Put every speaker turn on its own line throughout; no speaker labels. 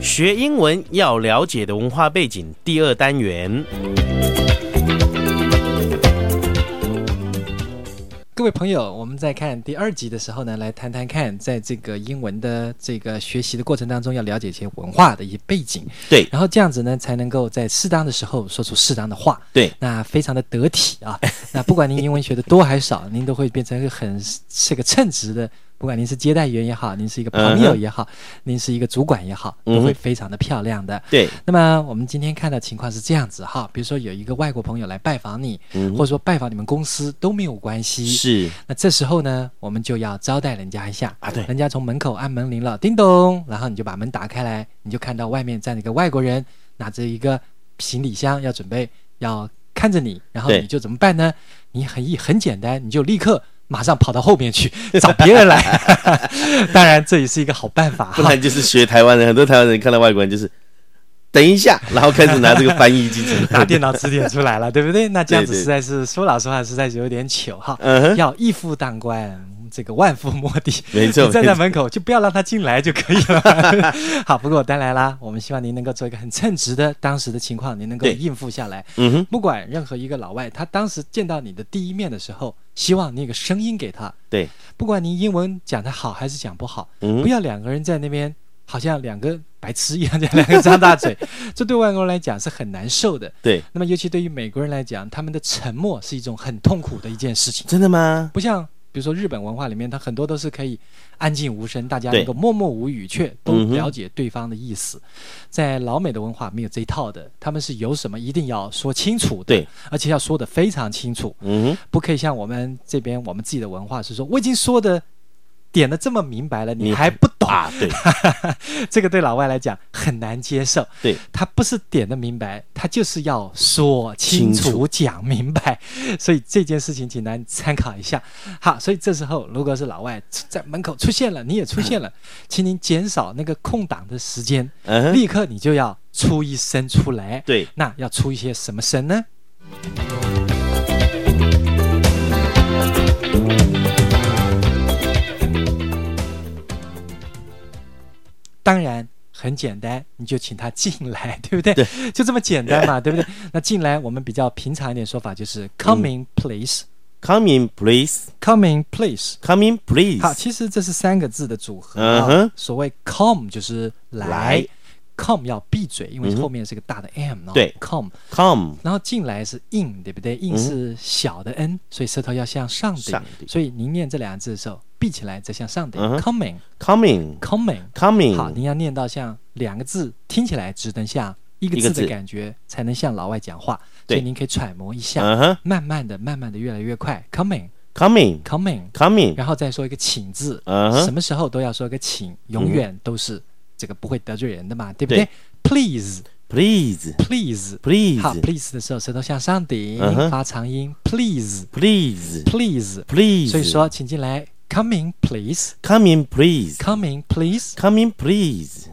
学英文要了解的文化背景第二单元。
各位朋友，我们在看第二集的时候呢，来谈谈看，在这个英文的这个学习的过程当中，要了解一些文化的一些背景，
对
然后这样子呢，才能够在适当的时候说出适当的话，
对，
那非常的得体啊。那不管您英文学的多还少，您都会变成一个很是个称职的，不管您是接待员也好，您是一个朋友也好，您是一个主管也好，
嗯哼
都会非常的漂亮的。
对，
那么我们今天看到情况是这样子哈，比如说有一个外国朋友来拜访你，
嗯
或者说拜访你们公司都没有关系，
是
那这时候呢，我们就要招待人家一下
啊对
人家从门口按门铃了，叮咚，然后你就把门打开来，你就看到外面站着一个外国人，拿着一个行李箱，要准备要看着你，然后
对
你就怎么办呢？你很一很简单，你就立刻马上跑到后面去找别人来。 当然，这也是一个好办法
不
哈。
然就是学台湾人，很多台湾人看到外国人就是等一下，然后开始拿这个翻译机 子
拿电脑词典出来了，对不对？那这样子
对对
实在是说老实话，实在是有点糗哈。
嗯哼，
要一夫当关，这个万夫莫敌。
没错
你站
没
在
错
门口就不要让他进来就可以了。 好，不过当然啦，我们希望您能够做一个很称职的，当时的情况您能够
对
应付下来。
嗯哼，
不管任何一个老外，他当时见到你的第一面的时候，希望你有个声音给他，
对，
不管你英文讲得好还是讲不好，
嗯
不要两个人在那边好像两个白痴一样， 在两个张大嘴，这对外国人来讲是很难受的。
对，
那么，尤其对于美国人来讲，他们的沉默是一种很痛苦的一件事情。
真的吗？
不像比如说日本文化里面，它很多都是可以安静无声，大家
对
能够默默无语，却都
嗯哼
了解对方的意思。在老美的文化没有这一套的，他们是有什么一定要说清楚的，
对，
而且要说得非常清楚，
嗯哼，
不可以像我们这边我们自己的文化是说，我已经说的点的这么明白了，你
你
还不懂，
啊，对，
这个对老外来讲很难接受。
对，
他不是点的明白，他就是要说清
清
楚、
楚
讲明白。 所以这件事情，请您参考一下。好，所以这时候如果是老外在门口出现了，你也出现了，请您减少那个空档的时间，
嗯哼，
立刻你就要出一声出来。
对，
那要出一些什么声呢？当然很简单，你就请他进来，对不对？
对
就这么简单嘛，对不对？那进来我们比较平常一点说法就是 “come in please”。
Come in, please.
Come in, please。
Come in,
好，
please.
其实这是三个字的组合、
嗯
啊
哼
所谓 “come” 就是来
来
c o m e 要闭嘴，因为
嗯哼
后面是个大的 M 哦。
对
c o m e
Come.
然后进来是 in，对不对？in
嗯
是小的 n，、所以舌头要向上顶。
上顶
所以您念这两个字的时候，闭起来再向上顶。
嗯哼嗯 Coming.
coming coming，好，
Coming.
您要念到像两个字听起来只能像一个
一个
字的
字
感觉，才能向老外讲话。所
对
以您可以揣摩一下，
嗯哼
慢慢的、慢慢的、越来越快。coming
，Coming.
coming，
Coming.
然后再说一个请字，
嗯
什
哼嗯
么时候都要说一个请，永远都是这个不会得罪人的嘛，对不对
对
p l e a s e
，Please.
please。好
Please.
，please 的时候舌头向上顶
嗯哼
发长音，please
Please.
please。
Please.
所以说，请进来，come in please，come
Come in, please.
in please。
Come in, please.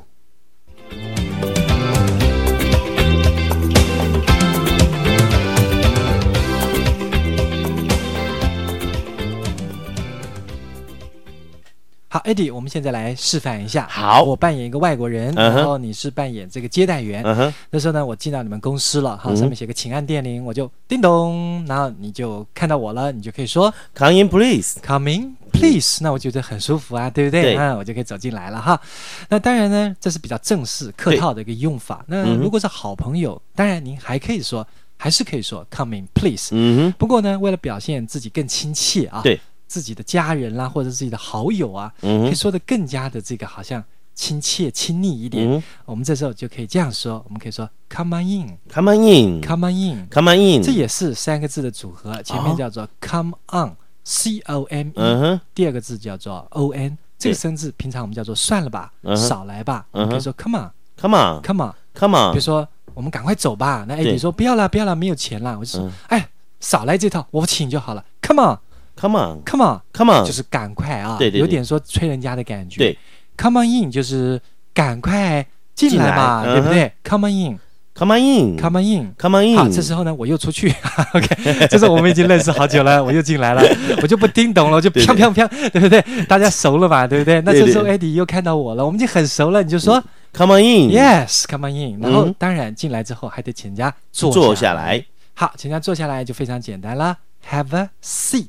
好，Eddie，我们现在来示范一下。
好
我扮演一个外国人，
嗯哼
然后你是扮演这个接待员。
嗯哼，
那时候呢，我进到你们公司了，哈，
嗯
上面写个请按电铃，我就叮咚，然后你就看到我了，你就可以说
Come in, please.
Come in, please。那我觉得很舒服啊，对不对？
对
啊，我就可以走进来了哈。那当然呢，这是比较正式、客套的一个用法。那
嗯哼
如果是好朋友，当然您还可以说，还是可以说 Come in, please。
嗯
不过呢，为了表现自己更亲切啊，
对，
自己的家人啦、或者自己的好友啊，
哼，嗯
可以
哼，
说的更加的这个好像亲切、亲昵一点。
嗯
我们这时候就可以这样说，我们可以说 Come on in,
哼，Come on in.
Come on in。
Come on in.
这也是三个字的组合，前
啊
面叫做 come on，C O M E，
嗯哼，
第二个字叫做 O N，这个生字平常我们叫做算了吧，
嗯哼
少来吧。
嗯哼
比如说 come on，come
，Come on.
on，
Come
比
on.
如说我们赶快走吧。那 A
对
你说不要啦，不要啦，没有钱啦。我就说
嗯
哎，少来这套，我请就好了。Come
Come on.
on，come
Come on.
on，就是赶快啊，
嗯对对对
有点说催人家的感觉。
对
，come on in 就是赶快进来吧，
进来
对
嗯
不
哼嗯
对？Come on in，come
Come on in.
on in。
Come on in.
好，这时候呢，我又出去 ，OK，这时候我们已经认识好久了，我又进来了，我就不叮咚了，我就
对
飘
对
飘飘，对不对？大家熟了嘛，对不对？那
对
这
对
时候 Eddie 又看到我了，我们已经很熟了，你就说
Come on in，
Yes，come on in。然后
嗯
当然进来之后还得请人家坐
坐
下
下。来
好，请人家坐下来就非常简单啦。Have a seat。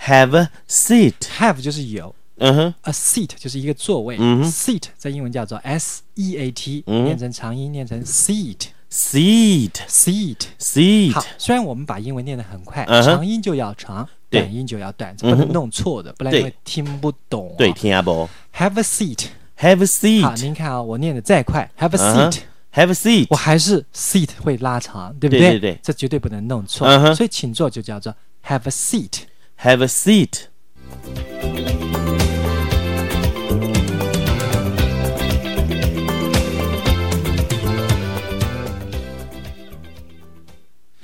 ，Have a seat。
Have 就是有
嗯哼，
，a seat 就是一个座位。
嗯哼
seat 在英文叫做 s e a t，、
嗯
念成长音，念成 seat
，seat
seat。好
seat，，
虽然我们把英文念得很快，
嗯哼
长音就要长，
对嗯
短音就要短，不能弄错的，不然
对
你会听不懂、啊。
对，听下不
Have a seat。
？Have a
好，
seat，
您看啊，我念的再快，Have a
嗯哼
seat，、
，Have a
我
seat，
还是 seat 会拉长，对不
对
对
对对
这绝对不能弄错。
嗯哼
所以请坐就叫做 Have a seat。
Have a seat。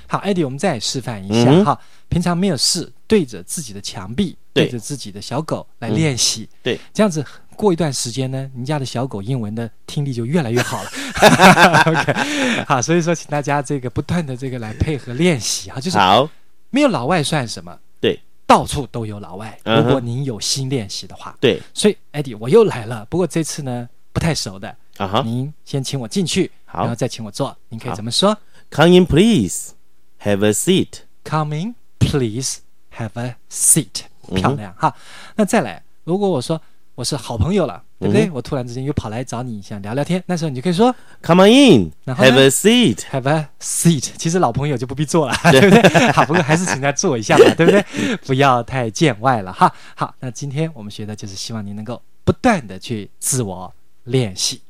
好，Eddie，我们再示范一下
嗯哼
哈。平常没有事，对着自己的墙壁，
对嗯
对着自己的小狗来练习。
对，
这样子过一段时间呢，您家的小狗英文的听力就越来越好了。OK，好，所以说请大家这个不断的这个来配合练习哈，就是
好，
没有老外算什么？
对，
到处都有老外。
嗯
如
哼
果您有心练习的话，
对，
所以 Eddie 我又来了，不过这次呢不太熟的，
啊哈
您先请我进去，
好
然后再请我坐，您可以
好
怎么说？
，Come in please。Have a seat。
Come in, please have a seat。
嗯哼
漂亮、哈。那再来，如果我说我是好朋友了，
嗯
对不对？我突然之间又跑来找你想聊聊天，那时候你就可以说
Come on in。
然后呢
Have a seat。
have a seat。其实老朋友就不 必坐了，对不对？好，不过还是请他坐一下嘛，对不对？不要太见外了哈。好，那今天我们学的就是希望您能够不断的去自我练习。